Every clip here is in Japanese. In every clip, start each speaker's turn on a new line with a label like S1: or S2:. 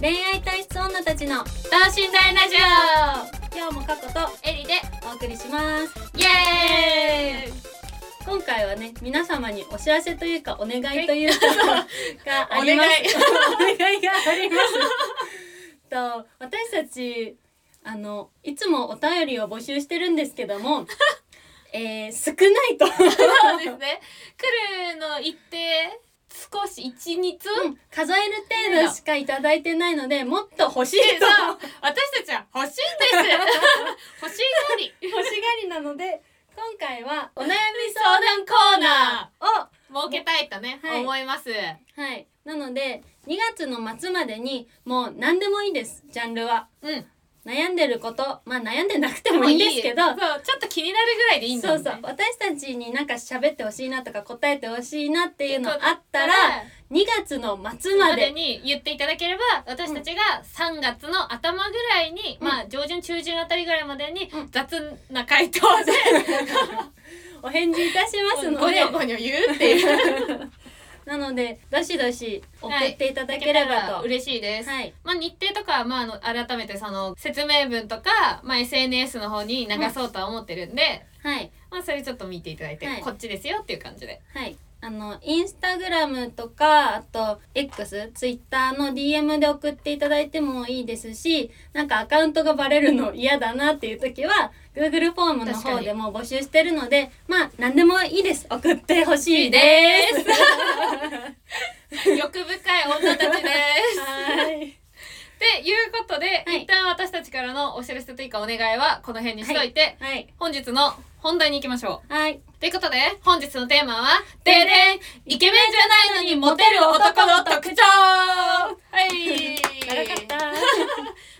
S1: 恋愛体質女たちの
S2: 等身大ラジ
S1: 今日も過去と
S2: オエリで
S1: お送りします
S2: イエーイ
S1: 今回はね皆様にお知らせというかお願いというかがあります お願いがありますと私たちあのいつもお便りを募集してるんですけど もえー、少ない と、
S2: そうですね来るの一定少し一日、
S1: うん数える程度しかいただいてないのでもっと欲しい
S2: で
S1: と
S2: さ私たちは欲しいんです欲しい通り
S1: 欲しがりなので今回はお悩み
S2: 相談コーナ
S1: を
S2: ー設けたいとね、
S1: はい
S2: 思います
S1: はいなので2月の末までにもう何でもいいんですジャンルは
S2: うん
S1: 悩んでることまあ悩んでなくてもいいんですけど
S2: そうちょっと気になるぐらいでいいんだ
S1: そ
S2: も
S1: うん
S2: ね
S1: そう私たちになんか喋ってほしいなとか答えてほしいなっていうのあったら
S2: だ
S1: 2月の末
S2: ま
S1: ま
S2: で
S1: で
S2: に言っていただければ私たちが3月の頭ぐらいに、
S1: うん
S2: まあ上旬中旬あたりぐらいまでに
S1: うん
S2: 雑な回答 で、
S1: お返事いたしますの
S2: ゴニ
S1: で
S2: ョゴニョ言うっていう
S1: なのでどしどし送っていただ
S2: だ
S1: け
S2: け
S1: れ
S2: れ
S1: ばと
S2: ば嬉しいです、
S1: はい
S2: まあ、日程とかは、まあ、あの改めてその説明文とか、まあ、SNS の方に流そうとは思ってるんで、
S1: はい
S2: まあ、それちょっと見ていただいて、
S1: はい
S2: こっちですよっていう感じで
S1: はい。あの、インスタグラムとか、あと、X、ツイッターの DM で送っていただいてもいいですし、なんかアカウントがバレるの嫌だなっていう時は、Google フォームの
S2: 確か
S1: 方
S2: に
S1: でも募集してるので、まあ、何でもいいです。送ってほしいで
S2: いいです 欲深い女たちです
S1: す。はい。
S2: っていうことで、
S1: はい
S2: 一旦私たちからのお知らせというかお願いはこの辺にしといて、
S1: はい。
S2: 本日の本題に行きましょ
S1: はい。
S2: う。ということで、本日のテーマは、ででんイケメンじゃないのにモテる男の特徴 はい
S1: 長かった。
S2: ま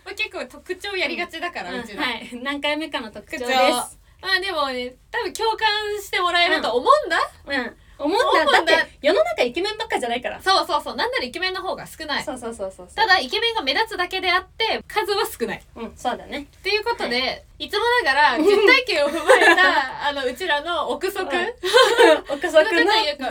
S2: あ結構特徴やりがちだから、
S1: うん
S2: うちの。
S1: はい。何回目かの特徴
S2: 特
S1: で
S2: 徴
S1: す。
S2: まあでもね、多分共感してもらえると思うんだ、
S1: うん。思った
S2: 思うんだ
S1: だって、世の中イケメンばっかじゃないから。
S2: そうそうそう。なんならイケメンの方が少ない。
S1: そうそうそうそうそう。
S2: ただ、イケメンが目立つだけであって、数は少ない。
S1: うん、そうだ ね。
S2: っていうことで、い、つもながら、実体験を踏まえた、あ の、うちらの憶測、
S1: うん奥
S2: 憶
S1: さ
S2: 測
S1: くの。
S2: というか、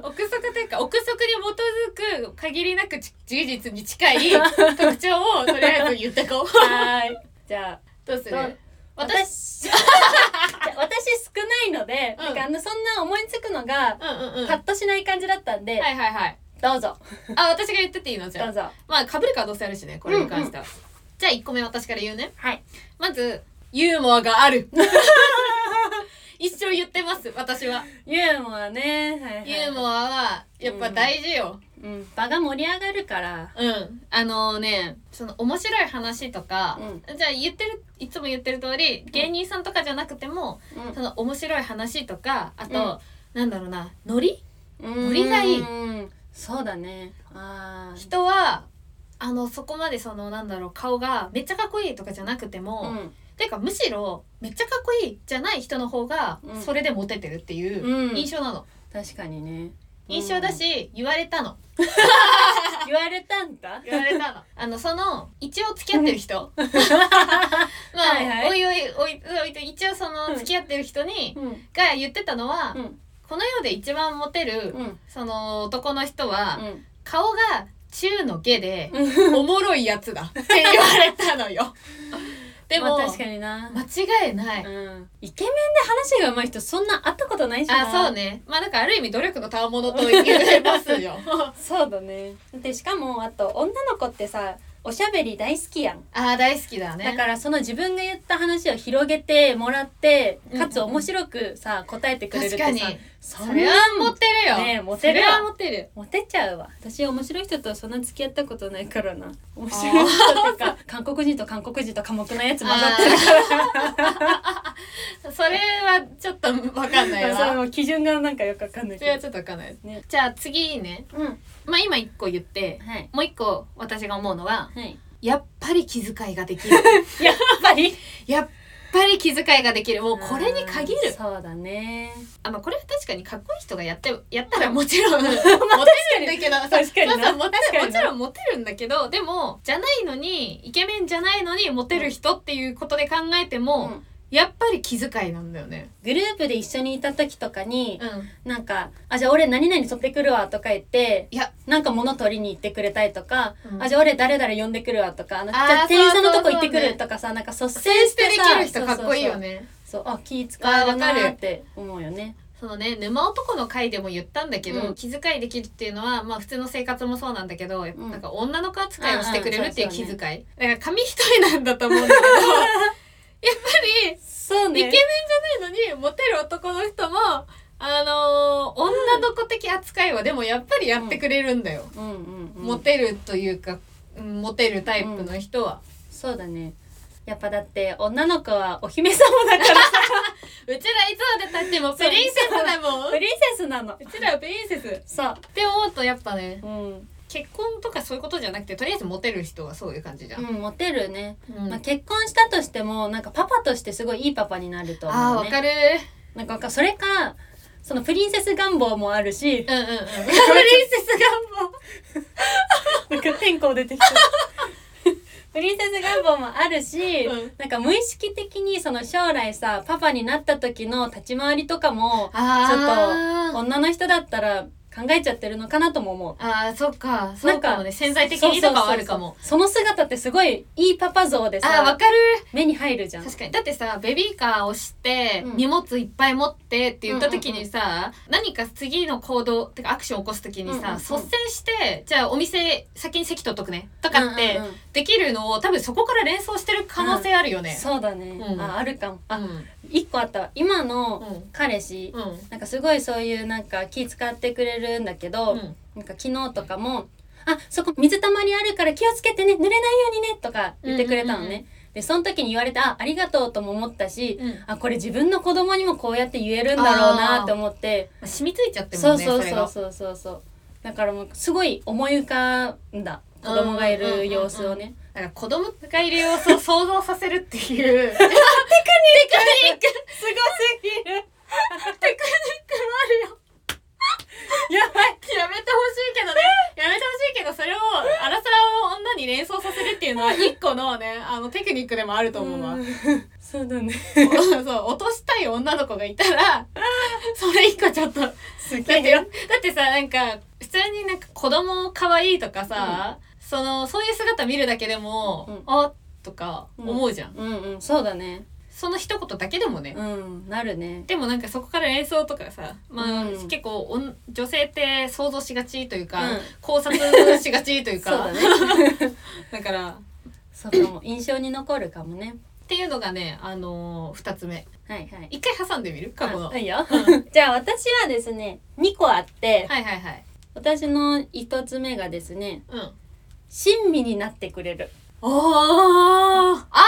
S2: 憶測というか、憶測に基づく限りなくち事実に近 い特徴を、とりあえず言ってこう。
S1: はい。じゃあ、
S2: どうする
S1: そう
S2: 私、
S1: 私私少ないので、
S2: うん
S1: なんかあのそんな思いつくのが
S2: うんうんうん。
S1: パ
S2: は
S1: ッとしない感じだったんで、
S2: いはいはい。
S1: どうぞ
S2: あ、私が言ってっていいのじゃ
S1: ど
S2: あ
S1: う。ぞ
S2: まあ、被るかどうせあるしね、これに関しては。じゃあ、1個目私から言うね。
S1: はい
S2: まず、ユーモアがある。 一生言ってます、私は。
S1: ユーモアね、はいはい、
S2: ユーモアは、やっぱ大事よ。
S1: うん、場が盛り上がるから
S2: うん、あのねその面白い話とか、じゃあ言ってるいつも言ってる通り芸人さんとかじゃなくても、その面白い話とかあと、なんだろうなノリ
S1: うん
S2: 盛りがいい
S1: うんそうだねあー
S2: 人はあのそこまでそのなんだろう顔がめっちゃかっこいいとかじゃなくても、ていうかむしろめっちゃかっこいいじゃない人の方が
S1: うん
S2: それでモテてるっていう
S1: うん、
S2: 印象なの、
S1: 確かにね
S2: 印象だし、言われたの
S1: うん言われたんだ
S2: 言われたの。 あの、その、一応付き合ってる人。 まあ、
S1: はいはい
S2: おいおいおいおいと、一応その、付き合ってる人に、
S1: うん
S2: が言ってたのは、
S1: うん
S2: この世で一番モテる、
S1: うん
S2: その、男の人は、
S1: うん
S2: 顔が中の下で、
S1: うん
S2: おもろいやつだって言われたの よ。でも、
S1: まあ確かにな、
S2: 間違いない。
S1: うん、イケメンで話が上手い人そんな会ったことないしな
S2: あ、そうね。まあ、なんかある意味努力の賜物と言えます よ。
S1: そうだねでしかもあと女の子ってさおしゃべり大好きやん、
S2: あー、大好きだね。
S1: だからその自分が言った話を広げてもらって
S2: うん
S1: かつ面白くさ答えてくれるっ
S2: 確
S1: て
S2: か
S1: さ
S2: に。
S1: そ
S2: そ
S1: れ
S2: れ
S1: は
S2: はモテるよ。
S1: ねモテるわ
S2: それはモテる。
S1: モテちゃうわ私面白い人とはそんな付き合ったことないからな面白い人と か韓国人と韓国人と寡黙なやつ混ざってる
S2: それはちょっとわかんない
S1: から そ
S2: わ。
S1: の基準がなんかよくわかんない
S2: それは
S1: け
S2: ちょっとわかんないです
S1: ね
S2: ね。じゃあ次ね。
S1: どうん
S2: まあ今一個言って、
S1: はい
S2: もう一個私が思うのは、
S1: はい
S2: やっぱり気遣いができ る。
S1: やっぱり
S2: やっぱり気遣いができる。もうこれに限
S1: うん
S2: る。
S1: そうだね
S2: あ、まあこれは確かにかっこいい人がやって、やったらもち ろん、モテるんだけど、
S1: 確かにな
S2: そうそうモテ
S1: 確かにな
S2: もちろんモテるんだけど、でも、じゃないのに、イケメンじゃないのにモテる人っていうことで考えても、
S1: うん
S2: やっぱり気遣いなんだよね。
S1: グループで一緒にいた時とかに
S2: う、ん。
S1: なんか、あ、じゃあ俺何々取ってくるわとか言って、
S2: いや、
S1: なんか物取りに行ってくれたりとか、
S2: うん
S1: あ、じゃあ俺誰々呼んでくるわとか、あのじ
S2: あー
S1: ゃあ店員さんのとこ行
S2: そ
S1: ってく
S2: うそうそう
S1: る
S2: ね
S1: とかさ、なんか率
S2: セン
S1: 先し
S2: スで
S1: て
S2: でき
S1: さ、
S2: る人かっこいいよ
S1: ね。
S2: ね。
S1: そう、あ、気使える
S2: あーわか
S1: な
S2: る
S1: って思うよね。
S2: そのね、沼男の回でも言ったんだけど、
S1: うん
S2: 気遣いできるっていうのは、まあ普通の生活もそうなんだけど、やっぱ
S1: うん
S2: なんか女の子扱いをしてくれるっていう気遣い。
S1: うんうん
S2: だから紙一重なんだと思うんだ けど、やっぱり、
S1: そう
S2: イケメンじゃないのにモテる男の人もあのー女の子的扱いはでもやっぱりやってくれるんだよ、
S1: うんうんうん。
S2: モテるというかうんモテるタイプの人は、
S1: そうだね。やっぱだって女の子はお姫様だか らさ
S2: うちらいつまでたってもプリンセスだもん
S1: プリンセスなの
S2: うちらはプリンセスっ
S1: そ
S2: て思うとやっぱね
S1: ううん、
S2: 結婚とかそういうことじゃなくてとりあえずモテる人はそういう感じじゃん、
S1: うん、モテるね、
S2: うん
S1: まあ、結婚したとしてもなんかパパとしてすごいいいパパになると思うね
S2: あーわかる
S1: なんかわかそれかそのプリンセス願望もある し
S2: うんうんうん
S1: プリンセス願望なんか天候出て きたプリンセス願望もあるし、
S2: うん
S1: なんか無意識的にその将来さパパになった時の立ち回りとかも
S2: あー
S1: ちょっと女の人だったら考えちゃってるのかなとも思う。
S2: あーそっかそうかも
S1: なん
S2: ね潜在的にとかはあるかも
S1: そうそうそうそうその姿ってすごいいいパパ像で
S2: あーわ
S1: さ
S2: かる
S1: 目に入るじゃん
S2: 確かにだってさベビーカーをして、
S1: うん
S2: 荷物いっぱい持ってって言った時にさ、何か次の行動てかアクションを起こす時にさ、
S1: うんうんうん
S2: 率先してじゃあお店先に席取っとくねとかって
S1: うんうんうん
S2: できるのを多分そこから連想してる可能性あるよね。
S1: そうだね、
S2: うん
S1: ああるかも
S2: うん
S1: あ一個あったわ今
S2: う
S1: の
S2: ん
S1: 彼氏、
S2: うん
S1: なんかすごいそういうなんか気使ってくれるんだけど、
S2: うん
S1: なんか昨日とかも「あそこ水たまりあるから気をつけてね濡れないようにね」とか言ってくれたのね、
S2: うんうんうんう
S1: でその時に言われて「あありがとう」とも思ったし、
S2: うん
S1: あこれ自分の子供にもこうやって言えるんだろうなって思って
S2: まあ染みついちゃってる
S1: そ
S2: もん
S1: う
S2: ね
S1: そう
S2: れ
S1: そう
S2: が
S1: そうそうそうだからもうすごい思い浮かんだ子供がいる様子をね
S2: だから子供がいる様子を想像させるっていうテクニックテクニックもあ
S1: すごすぎる
S2: るよ
S1: やばい
S2: やめてほしいけどね。やめてほしいけど、それを、アラサラを女に連想させるっていうのは、一個のね、あの、テクニックでもあると思うわ。
S1: そうだね
S2: そう、落としたい女の子がいたら、それ一個ちょっと。だ
S1: す
S2: って、だってさ、なんか、普通になんか子供可愛いとかさ、その、そういう姿見るだけでも、
S1: うん
S2: あ、とか思うじゃん。
S1: うんうんそうだね
S2: その一言だけでもね。
S1: うんなるね
S2: でもなんかそこから連想とかさ、まあ、
S1: うん
S2: 結構おん女性って想像しがちというか、
S1: うん
S2: 考察しがちという
S1: そ
S2: か
S1: うだね
S2: だからっ
S1: そうかも印象に残るかもね
S2: ていうのがねあのー、2つ目
S1: はいはい
S2: 一回挟んでみる過去の
S1: あ
S2: はい
S1: いよ
S2: う
S1: じゃあ私はですね2個あって
S2: はいはい
S1: 私の1つ目がですね
S2: うん
S1: 親身になってくれる
S2: おーあー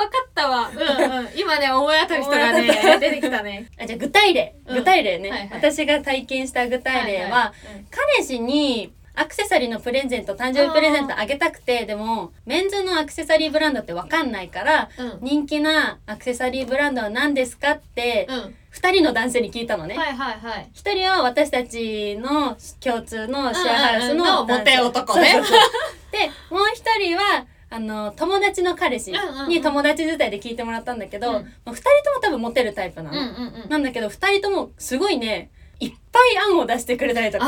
S2: わかったわうん うん今ね思い当たる人が
S1: 思い当た
S2: ね
S1: る
S2: 出てきたね
S1: あじゃあ具体例
S2: うん
S1: 具体例ね、
S2: はいはい
S1: 私が体験した具体 例は、
S2: い
S1: 彼氏にアクセサリーのプレゼント誕生日プレゼントあげたくてでもメンズのアクセサリーブランドって分かんないから
S2: うんうん
S1: 人気なアクセサリーブランドは何ですかって
S2: うん
S1: 2人の男性に聞いたのね。
S2: はいはいはい
S1: 一人は私たちの共通のシェアハウスの
S2: うんうんうんのモテ男ね
S1: そうそうそうでもう一人はあの友達の彼氏
S2: うんうんうん
S1: に友達伝いで聞いてもらったんだけど、
S2: うん
S1: もう二人とも多分モテるタイプな
S2: うん
S1: の。
S2: うんうん
S1: なんだけど二人ともすごいねいっぱい案を出してくれたりとか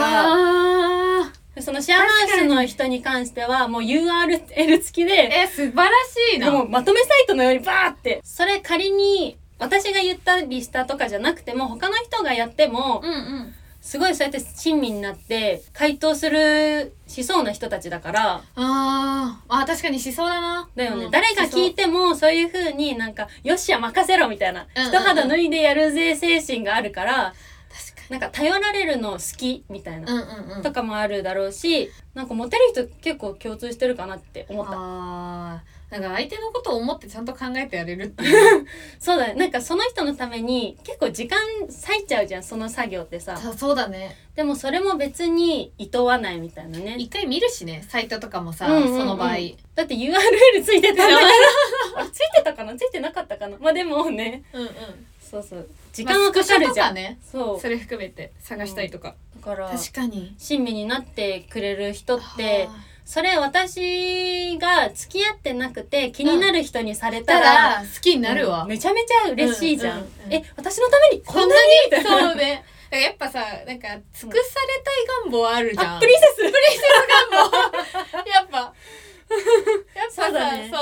S2: あー
S1: そのシェアハウスの人に関してはもう URL 付きで
S2: え素晴らしいな
S1: もうまとめサイトのようにバーってそれ仮に私が言ったりしたとかじゃなくても他の人がやっても、
S2: うんうん
S1: すごいそうやって親身になって回答するしそうな人たちだから
S2: あーあー確かにしそうだな
S1: だよね、
S2: うん
S1: 誰が聞
S2: し
S1: いてもそういう風になんか「よっしゃ任せろ」みたいな、
S2: うんうんうん
S1: 一肌脱いでやるぜ精神があるから
S2: そう確か
S1: なんか頼られるの好きみたい
S2: に
S1: な、
S2: うんうんうん
S1: とかもあるだろうしなんかモテる人結構共通してるかなって思った
S2: ああなんか相手のことを思ってちゃんと考えてやれるっていう
S1: そうだねなんかその人のために結構時間割いちゃうじゃんその作業ってさ
S2: そうそうだね
S1: でもそれも別に厭わないみたいなね
S2: 一回見るしねサイトとかもさ、
S1: うんうんうん
S2: その場合
S1: だって URL つい てたんだからあついてたかなついてなかったかなまあでもね
S2: うんうん
S1: そうそう
S2: 時
S1: 時間はかかるじゃん、
S2: ね
S1: そう
S2: それ含めて探したりとか、
S1: だから
S2: かに
S1: 親身になってくれる人って
S2: あー
S1: それ私が付き合ってなくて気になる人にされ
S2: た
S1: たら、
S2: ら好きになるわ、
S1: めちゃめちゃ嬉しいじゃん。
S2: うんうんうん
S1: え、私のためにこんなにみたいな
S2: そうねだ からやっぱさなんか尽くされたい願望あるじゃん、
S1: あ、プリンセス
S2: やっ ぱやっぱさ
S1: そ
S2: そうう,、
S1: だね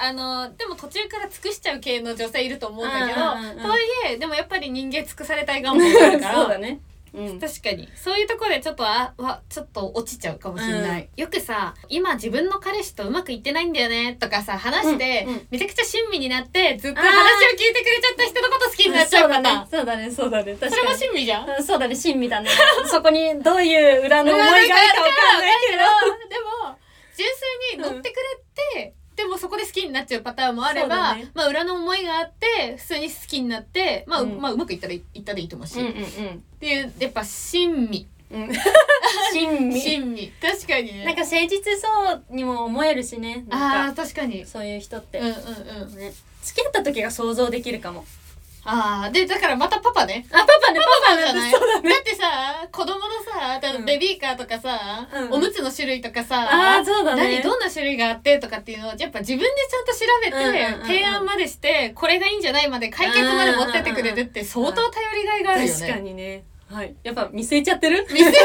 S2: あのでも途中から尽くしちゃう系の女性いると思うんだけ
S1: うんうんうんうん
S2: どとはいえでもやっぱり人間尽くされたい願望があ るから
S1: そうだね。うん。
S2: 確かにそういうところでちょっとあわちょっと落ちちゃうかもしれない、よくさ今自分の彼氏とうまくいってないんだよねとかさ話して、
S1: うんうん
S2: めちゃくちゃ親身になってずっと
S1: あー
S2: 話を聞いてくれちゃった人のこと好きになっちゃうパターン
S1: そうだね、そうだね、そうだ
S2: そ
S1: ね。確
S2: れ
S1: か
S2: も
S1: に。
S2: 親身じゃん
S1: うんそうだね、親身だね。 そこにどういう裏の思いがあるかわかんないけど。
S2: でも純粋に乗ってくれて、でもそこで好きになっちゃうパターンもあれ
S1: そうだ
S2: ば、
S1: ね
S2: まあ裏の思いがあって普通に好きになって、まあう
S1: うん
S2: まあ、うまくいったらいいったでいいと思うし、っ
S1: う
S2: ていうやっぱ親身
S1: んうん うん。親身。
S2: 親身確かにね
S1: なんか誠実そうにも思えるしね。な
S2: あ
S1: んか
S2: ー確かに
S1: そういう人って。
S2: うんうんうん
S1: ね付き合った時が想像できるかも。
S2: ああでだからまたパパね
S1: あ、パパね、
S2: パパ
S1: パパ
S2: じゃない
S1: そうだね。
S2: だってさ子供のさだ
S1: うん
S2: ベビーカーとかさ、
S1: うん
S2: おむつの種類とかさ
S1: あーそうだね
S2: 何どんな種類があってとかっていうのをやっぱ自分でちゃんと調べて、
S1: うんうんうんうん
S2: 提案までしてこれがいいんじゃないまで解決まで持ってってくれるって相当頼りがいがあるよね。
S1: 確かにね。はい。やっぱ見据えちゃってる
S2: 見せてるな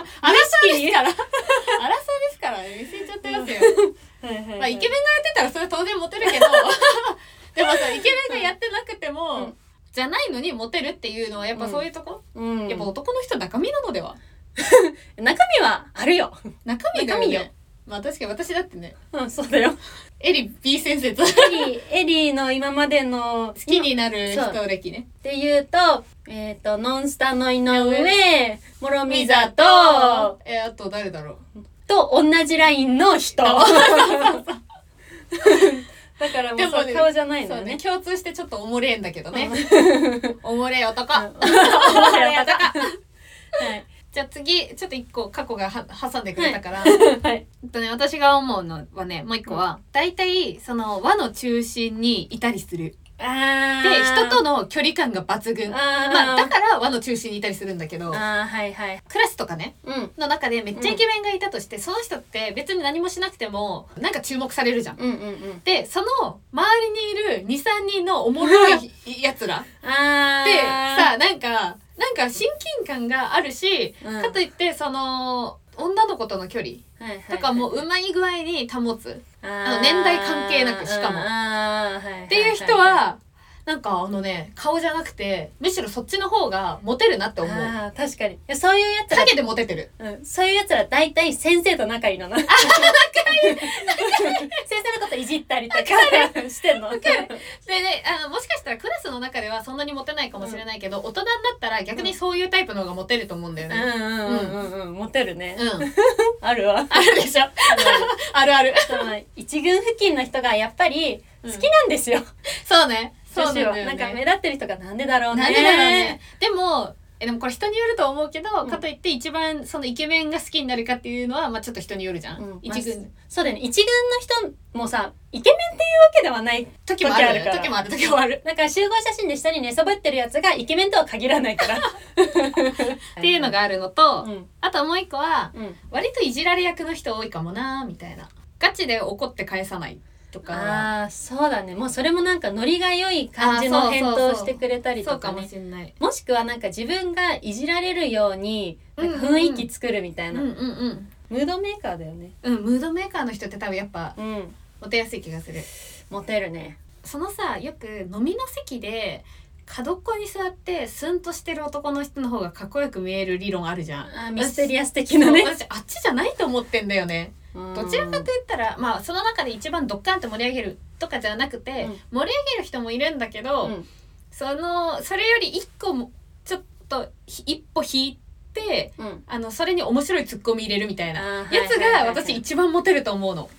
S2: あら
S1: 好きに。
S2: あ
S1: はい
S2: らそうですから見せちゃってますよ。
S1: はいはい
S2: まあ、イケメンがやってたらそれは当然モテるけ どでもさイケメンがやってなくても、
S1: うん
S2: じゃないのにモテるっていうのはやっぱそういうとこ、
S1: うん。
S2: やっぱ男の人中身なのでは
S1: 中身はあるよ。
S2: 中身だよね
S1: 中身よ
S2: まあ確かに私だってね
S1: うん、そうだよ。
S2: エリ B 先生と好
S1: エリー、 エリーの今までの好
S2: き
S1: っ
S2: になる人歴ね
S1: ていうと、えっ、と、ノンスタの井
S2: 井
S1: 上、諸見里と、
S2: えあと誰だろう
S1: 同じラインの人。 だからもう
S2: でも
S1: そ
S2: ね
S1: う、顔じゃないの
S2: そうね
S1: ね。
S2: 共通してちょっとおもれえんだけどね
S1: う
S2: おもれえ男、
S1: うんはい
S2: じゃあ次ちょっと一個過去がは挟んでくれたから、
S1: はい。
S2: えっとね、私が思うのはねもう一個は大体その輪の中心にいたりする
S1: あ
S2: で
S1: ー
S2: 人との距離感が抜群
S1: あー、
S2: まあ、だから輪の中心にいたりするんだけど
S1: あーはいはい。
S2: クラスとかね
S1: うん。
S2: の中でめっちゃイケメンがいたとして、その人って別に何もしなくてもなんか注目されるじゃん。
S1: うんうんうん。
S2: でその周りにいる23人のおもろいやつらっ
S1: あー。
S2: てさなんかなんか親近感があるし、
S1: うん
S2: かといってその女の子との距離
S1: はいはい
S2: とかもうまい具合に保つ。
S1: あ
S2: あ
S1: ー
S2: の年代関係なくしかも
S1: あーはいはいはい
S2: っていう人は、なんかあのね、顔じゃなくて、むしろそっちの方がモテるなって思う。
S1: あー確かにいやそういうやつら
S2: 影でモテてる。
S1: うん、そういうやつら大体先生と仲いいの な。仲いい先生のこといじったりとかしてんの。
S2: で、ね、あの、もしかしたらクラスの中ではそんなにモテないかもしれないけど、大人になったら逆にそういうタイプの方がモテると思うんだよ
S1: う
S2: ね。
S1: んうんうんうん、モテるね
S2: う。ん。
S1: あるわ。
S2: あるでしょ あるある。
S1: その一軍付近の人がやっぱり好きなんですよ。
S2: そうね。そうな
S1: 女
S2: んだ
S1: 子は
S2: よね。
S1: なんか目立ってる人がなんでだろうね。
S2: なんでだろうね。でも、えでもこれ人によると思うけど、
S1: うん
S2: かといって一番そのイケメンが好きになるかっていうのは、まあちょっと人によるじゃん。
S1: うん
S2: 一
S1: まあ
S2: 軍。
S1: そうだよね。一軍の人もさ、イケメンっていうわけではない。
S2: 時もある。
S1: 時
S2: 時
S1: も
S2: もある、時もある。
S1: なんか集合写真で下に寝そべってるやつがイケメンとは限らな いから。
S2: っていうのがあるのと、
S1: うん。
S2: あともう一個は、
S1: うん。
S2: 割といじられ役の人多いかもなーみたいなガチで怒って返さないとか
S1: ああーそうだねもうそれもなんかノリが良い感じの返答をしてくれたり
S2: そう
S1: と
S2: か
S1: か
S2: も
S1: ね
S2: しんない
S1: もしくはなんか自分がいじられるように
S2: うんうんうん
S1: 雰囲気作るみた
S2: う
S1: い
S2: ん
S1: な、
S2: うんうん
S1: ムードメーカーだよね
S2: うんムードメーカーの人って多分やっぱ
S1: うん
S2: モテやすい気がする
S1: モテるね
S2: そのさよく飲みの席で角っこに座ってスンとしてる男の人の方がかっこよく見える理論あるじゃん
S1: あーミステリアス的
S2: そ
S1: な
S2: う
S1: ね
S2: 私あっちじゃないと思ってんだよねどちらかと言ったら、まあその中で一番ドッカンって盛り上げるとかじゃなくて、
S1: うん
S2: 盛り上げる人もいるんだけど、
S1: うん
S2: そのそれより一個もちょっとひ一歩引いて
S1: うん、うん
S2: あのそれに面白いツッコミ入れるみたいな
S1: あー
S2: やつ
S1: はいはい
S2: が
S1: はいはい
S2: 私一番モテると思うの。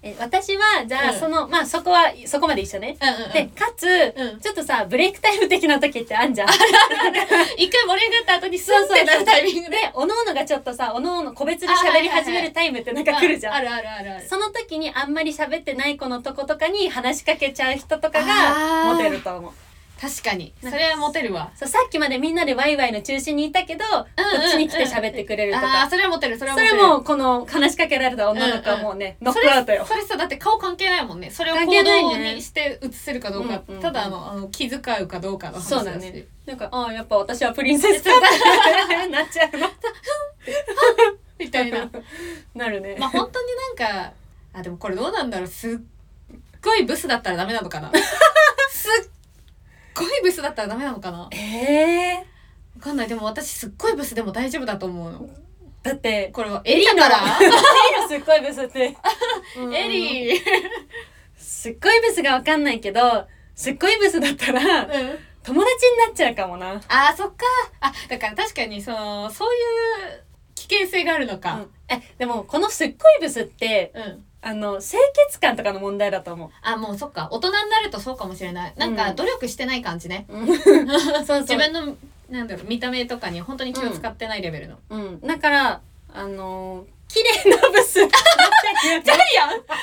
S1: え私はじゃあ
S2: うん
S1: その、まあそこはそこまで一緒ね、
S2: うんうんうん
S1: でかつ、
S2: うん
S1: ちょっとさブレイクタイム的な時ってあんじゃん
S2: 一回盛り上がった後にス
S1: そう
S2: ンっ
S1: そう
S2: てなるタイミング
S1: で
S2: で。
S1: おのおのがちょっとさおのおの個別で喋り始めるタイムってなんか来るじゃん
S2: ああるあるあるある。
S1: その時にあんまり喋ってない子のとことかに話しかけちゃう人とか
S2: あ
S1: が
S2: ー
S1: モテると思う。
S2: 確かに
S1: なん
S2: そ
S1: か
S2: れはモテるわ
S1: そうさっきまでみんなでワイワイの中心にいたけど、こっちに来て喋ってくれると
S2: ああ
S1: か
S2: ー。それはモテるそれは
S1: そ
S2: モテる
S1: れも、この話しかけられた女の子はもうね、ノックアウトよ。
S2: それさだって顔関係ないもんねそれを行
S1: 関係ないね
S2: 動にして映せるかどうか、
S1: うんうんうん
S2: ただのあの気遣うかどうかの話だし
S1: そうだ ね。なんか、ああ、やっぱ私はプリンセスだって なっちゃうの。
S2: みたい な
S1: なるね。
S2: まあ本当になんかあでもこれどうなんだろうすっごいブスだったらダメなの かなすっごいブスだったらダメなのかなわ
S1: ええ
S2: かんないでも私すっごいブスでも大丈夫だと思うの
S1: だって、
S2: これは
S1: エ
S2: エ
S1: リ
S2: リ
S1: ー
S2: だ
S1: の
S2: から
S1: エリーすっごいブスって。
S2: エ
S1: ー。
S2: リー
S1: すっごいブスがわかんないけど、すっごいブスだったら、
S2: うん
S1: 友達になっちゃうかもな。
S2: あーそっかあだから確かにそのそういう危険性があるの
S1: う
S2: か
S1: んえ、でも、このすっごいブスって、
S2: うん、
S1: あの、清潔感とかの問題だと思う。
S2: あもうそっか大人になるとそうかもしれないなん
S1: う
S2: か
S1: ん
S2: 努力してない感じね、
S1: そうそう
S2: 自分のなんだろう見た目とかに本当に気を使ってないレベルの、
S1: うん、だから、あのー綺麗なブスって 言う
S2: ジャイ アン落と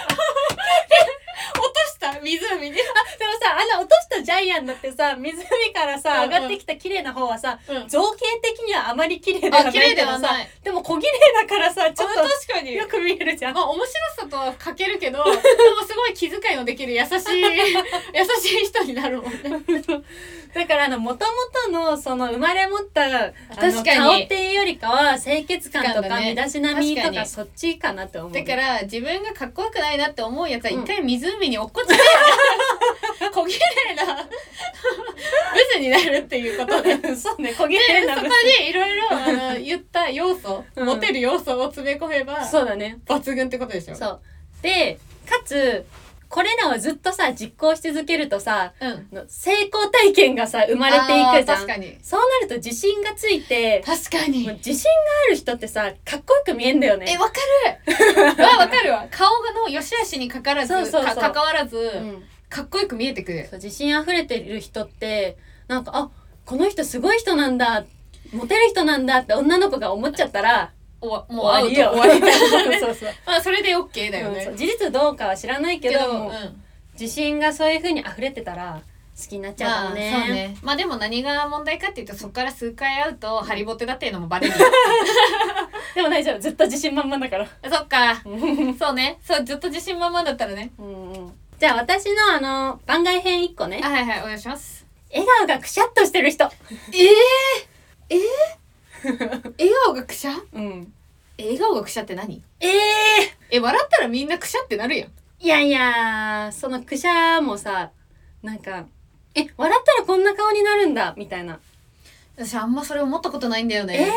S2: した湖に、
S1: でもさ、あの落としたジャイアンだってさ、湖からさ、
S2: うんうん
S1: 上がってきた綺麗な方はさ、
S2: うん、
S1: 造形的にはあまり綺麗では
S2: あ
S1: ない
S2: 綺麗
S1: け
S2: で
S1: ど
S2: は
S1: さ、
S2: ない
S1: でも小綺麗だからさ、ち
S2: あ
S1: ょっ
S2: 確か
S1: と
S2: に
S1: よく見えるじゃん。
S2: まあ面白さとは欠けるけど でもすごい気遣いのできる 優しい優しい人になるもんね
S1: だからあの、元々のその生まれ持った、あの
S2: 確かに
S1: 顔っていうよりかは、清潔感と
S2: 確
S1: か、
S2: かにね
S1: 身だしなみと
S2: 確か
S1: か、
S2: に
S1: そっちかなって思う。、
S2: だからら自分がかっこよくないなって思うやつは
S1: うん
S2: 一回湖に落っこちて、小綺麗なブスになるっていうことで。
S1: そうね、小綺
S2: で
S1: 麗な
S2: そこ
S1: ブ
S2: にいろいろあの言った要素、
S1: うん
S2: モテる要素を詰め込めば
S1: ス。そうだね。
S2: 抜群ってことでしょ
S1: そう。で、かつ、これらをずっとさ、実行し続けるとさ、
S2: うん
S1: の成功体験がさ生まれていくじ
S2: あー
S1: ゃ
S2: 確
S1: ん
S2: かに
S1: そうなると自信がついて
S2: 確かに
S1: もう自信がある人ってさかっこよく見えんだよ
S2: え
S1: ね、
S2: わか るわわかるわ顔の良し悪しにかからず
S1: そうそうそう
S2: か関わらず、
S1: うん、
S2: かっこよく見えてくる
S1: そう自信あふれてる人ってなんかあこの人すごい人なんだモテる人なんだって女の子が思っちゃったら
S2: おわもう
S1: 終わりよ
S2: アウト終わりだよね
S1: そうそう
S2: まあそれで OK だよ
S1: うん
S2: ね、
S1: そう事実どうかは知らないけ
S2: け
S1: ど
S2: ど
S1: もう
S2: うん
S1: 自信がそういう風に溢れてたら好きになっちゃうか
S2: まあ
S1: も
S2: そう
S1: ね,、
S2: ねまあでも何が問題かっていうとそこから数回会うとハリボテだっていうのもバ レる
S1: でも大丈夫ずっと自信満々だ から
S2: そっかそうねそうずっと自信満々だったらね
S1: うん、うん、じゃあ私のあの番外編1個ね
S2: あはいはいお願いします
S1: 笑顔がくしゃっとしてる人
S2: ええええ 笑顔がくしゃ
S1: うん
S2: え笑顔がくしゃって何
S1: ええ
S2: え笑ったらみんなくしゃってなるやん
S1: いやいやそのくしゃもさなんかえ笑ったらこんな顔になるんだみたいな
S2: 私あんまそれ思ったことないんだよね
S1: ええ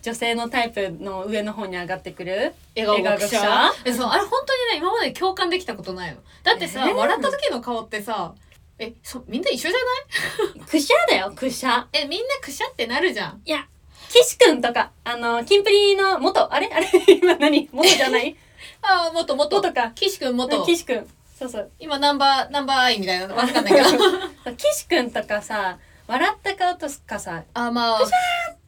S1: 女性のタイプの上の方に上がってくる
S2: 笑顔がくし
S1: 笑顔
S2: ゃ
S1: がくし
S2: えそうあれ本当にね今まで共感できたことないのだってさ、
S1: えー
S2: 笑った時の顔ってさえそみんな一緒じゃない
S1: くしゃだよくしゃ
S2: えみんなくしゃってなるじゃん
S1: いや岸くんとかあのキンプリの元あれあ れ今何元じゃない
S2: ああ、元 元。
S1: 元か
S2: 岸くん元。
S1: 岸くんそうそう
S2: 今ナンバー、ナンバーアイみたいなのわかん ないけど。
S1: 岸くんとかさ笑った顔とかさ
S2: あーまあ。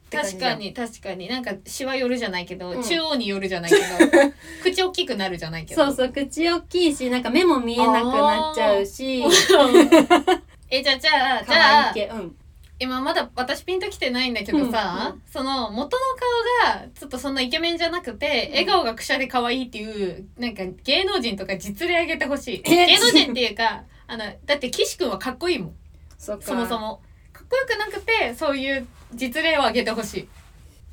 S1: て感じ
S2: 確
S1: だ
S2: かに確かになんかしわ寄るじゃないけど、
S1: うん
S2: 中央に寄るじゃないけど 口大きくなるじゃないけど
S1: そうそう口大きいしなんか目も見えなくなっちゃうし
S2: えじゃあじゃあじ
S1: 可愛
S2: ゃ
S1: い
S2: あ
S1: 系うん
S2: 今まだ私ピンときてないんだけどさ、
S1: うん
S2: その元の顔がちょっとそんなイケメンじゃなくて、
S1: ん
S2: 笑顔がくしゃで可愛いっていうなんか芸能人とか実例あげてほしい
S1: え
S2: 芸能人っていうかあのだって岸くんはかっこいいもん
S1: そっか
S2: そもそもかっこよくなくてそういう実例を挙げてほしい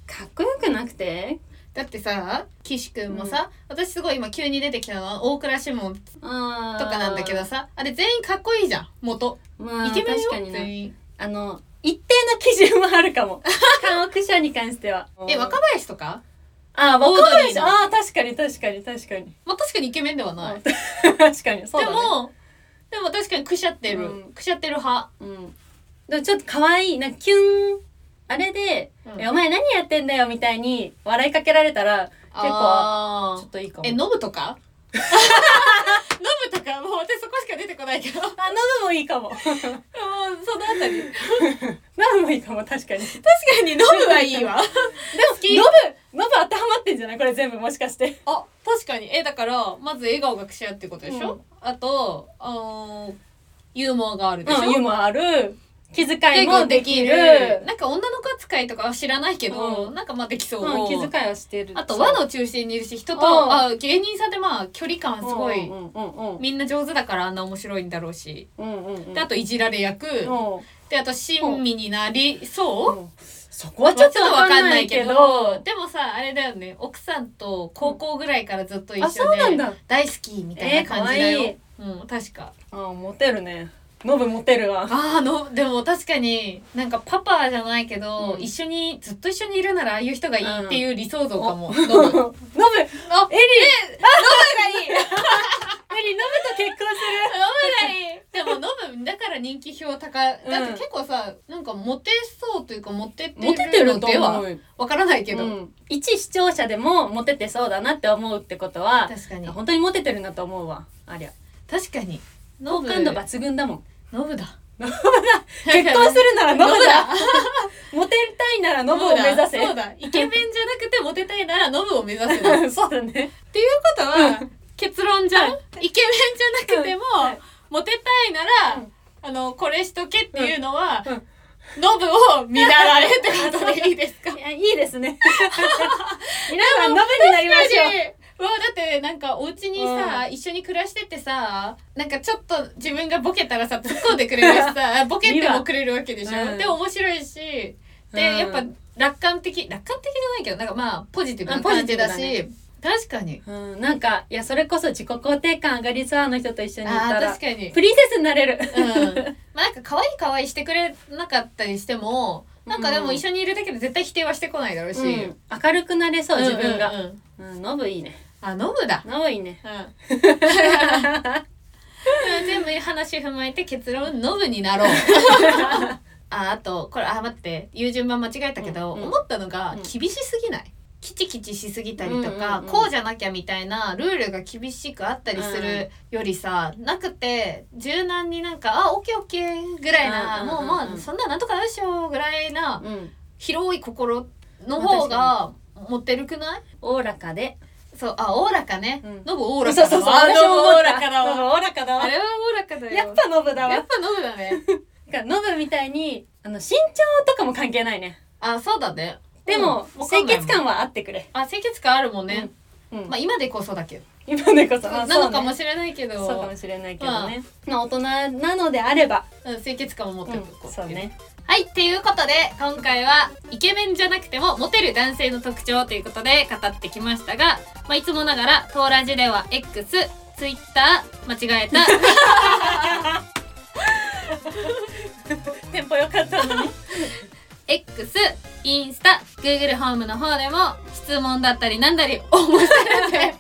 S1: かっこよくなくて
S2: だってさ岸くんもさ、私すごい今急に出てきたのは大倉志門と
S1: とか
S2: かなんだけどさあれ全員かっこいいじゃん元
S1: まあ、
S2: イケメンよ
S1: 確かにね
S2: 全員
S1: あの一定の基準はある かも韓国者に関しては
S2: え若林とか
S1: あ
S2: オー
S1: 若
S2: ドリ
S1: 林
S2: ーの
S1: あー確かに確かに確かに、
S2: まあ確かにイケメンではない、
S1: 確かにそう
S2: で
S1: だね
S2: もでも確かにくしゃってる、
S1: うん
S2: くしゃってる派
S1: でも,、うん、でもちょっと可愛いなんかキュンあれで、
S2: うん
S1: えお前何やってんだよ」みたいに笑いかけられたらち
S2: あ
S1: ょっといいか
S2: ー
S1: も
S2: えノブと かノブとかもう私そこしか出てこないけどもう
S1: あノブもいいかも ノ
S2: そのあたり確
S1: ブもいいかも確かにで
S2: かにノブはいいわ好き
S1: もノブノブ当てはまってんじゃないこれ全部もしかして
S2: あ確かにえだからまず笑顔がくしゃってことでしょ、
S1: うん
S2: あとあのーユーモアがあるでしょ、
S1: うん、ユーモアある気遣い
S2: 結
S1: も
S2: 構
S1: で
S2: で
S1: き
S2: き
S1: る
S2: るなんか女の子扱いとかは知らないけど、
S1: うん
S2: なんかまあできそう、
S1: うん、気遣いはしてる
S2: あと和の中心にいるし人
S1: うん
S2: とあ芸人さんってまあ距離感すごい、
S1: うんうんうん
S2: みんな上手だからあんな面白いんだろうし
S1: うんうんうん
S2: であといじられ役、
S1: うん
S2: であと親身になりそう、
S1: うんそこはちょっとわかんないけ
S2: わかんないけ
S1: ど
S2: どでもさあれだよね奥さんと高校ぐらいからずっと一緒
S1: あそうなん
S2: で
S1: だ
S2: 大好きみたいな感じだ
S1: えー
S2: よ、うん確か
S1: あモテるねノブモテるわ
S2: あーのでも確かになんかパパじゃないけど、
S1: うん
S2: 一緒にずっと一緒にいるならああいう人がいいっていう理想像かも、
S1: ノブ
S2: ノブ
S1: ノブ
S2: あ
S1: エリ
S2: がいい
S1: エリノブと結婚す
S2: 飲めないでも飲むだから人気票高だって結構さなんかモテそうというかモテて
S1: る モテて
S2: る
S1: る
S2: の
S1: と
S2: で
S1: 思
S2: は
S1: う
S2: わからないけど、
S1: うん一視聴者でもモテてそうだなって思うってことは
S2: 確かに
S1: 本当にモテてるんだと思うわありゃ
S2: 確かに
S1: 好感度抜群だもん
S2: ノブだ
S1: 結婚するならノ
S2: ノ
S1: ブ
S2: ブ
S1: だ
S2: だ
S1: モテたいならノブを目指せ
S2: そうだイケメンじゃなくてモテたいならノブを目指せだっていうこ
S1: そうだね
S2: とは結論じゃんイケメンじゃなくても
S1: うんはい
S2: モテたいな
S1: う
S2: ら
S1: ん
S2: あのこれしとけっていうのは
S1: うんうん
S2: ノブを見習えってことでいいですか
S1: いやいいですね皆さんノブになりましょ
S2: う
S1: う
S2: わだってなんかお家にさ、一緒に暮らしててさなんかちょっと自分がボケたらさ突っ込んでくれるし さボケてもくれるわけでしょ、
S1: うん
S2: で面白いしで、
S1: うん
S2: やっぱ楽観的楽観的じゃないけどなんかまあポジティブな
S1: うんポジ
S2: 感
S1: ティ
S2: じ
S1: ブだ
S2: だ
S1: ね
S2: し、確かに
S1: うん、なんかいやそれこそ自己肯定感上がりそうあの人と一緒にい
S2: あ
S1: た
S2: ー
S1: ら
S2: 確かに
S1: プリンセスになれる、
S2: うんまあなんか可愛い可愛いしてくれなかったりしてもなんかで
S1: う
S2: も
S1: ん
S2: 一緒にいるだけで絶対否定はしてこないだろうし、
S1: うん明るくなれそう自分
S2: う
S1: が、
S2: んうんうん
S1: うん、ノブいいね
S2: あノブだ
S1: ノブいいね
S2: うん全部話踏まえて結論ノブ になろうああとこれあ待って言う順番間違えたけど、
S1: うんうん
S2: 思ったのが
S1: うん
S2: 厳しすぎない、キチキチしすぎたりとか、
S1: うんうんうん
S2: こうじゃなきゃみたいなルールが厳しくあったりするよりさ、なくて柔軟になんか「あオッケーオッケー」ぐらいな、
S1: うんうんうんうん
S2: もうまあそんななんとかなるでしょぐらいな
S1: うん
S2: 広い心の方が持ってるくない
S1: おおらかで
S2: そうあおおらかね、
S1: うん
S2: ノブおお
S1: そ
S2: ら
S1: う
S2: かだ
S1: そう
S2: わ
S1: そう
S2: あ
S1: 私も
S2: ノブ
S1: 思
S2: お
S1: った
S2: おらかだ
S1: ノブ
S2: わ
S1: おおらかだわ
S2: あれはおおらかだよ
S1: やっぱノブだ
S2: やっ
S1: わ
S2: ぱノブだね
S1: なんかノブみたいにあの身長とかも関係ないね
S2: あそうだね
S1: でも、
S2: うんわか
S1: 清
S2: んない
S1: 潔感はあってくれ、
S2: あ清潔感あるもんね、
S1: うん
S2: まあ今でこそだけど
S1: 今でこそ
S2: な
S1: あ
S2: のか
S1: そうね
S2: もしれないけど
S1: そうかもしれないけどね、まあ、大人なのであれば、
S2: うん、清潔感を持ってる、こ
S1: そうね
S2: はいっていうことで今回はイケメンじゃなくてもモテる男性の特徴ということで語ってきましたが、まあ、いつもながら「トーラジ」では X ツイッター間違え た
S1: テンポ良かったのに
S2: X インスタ Google ホームの方でも質問だったりなんだりお待ちしてるんで
S1: はい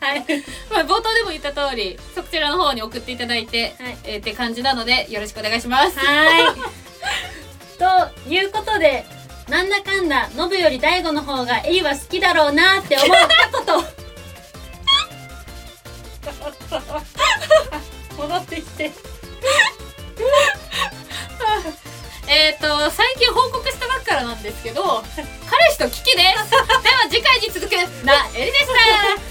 S2: まあ、冒頭でも言った通りそちらの方に送っていただいて、
S1: はい
S2: えーって感じなのでよろしくお願いします。
S1: はい。ということで、なんだかんだ、ノブより大悟の方がエリは好きだろうなって思ったこと。 戻ってきて。
S2: えっ、と最近報告したばっからなんですけど彼氏と危機です。では次回に続くなえりでした。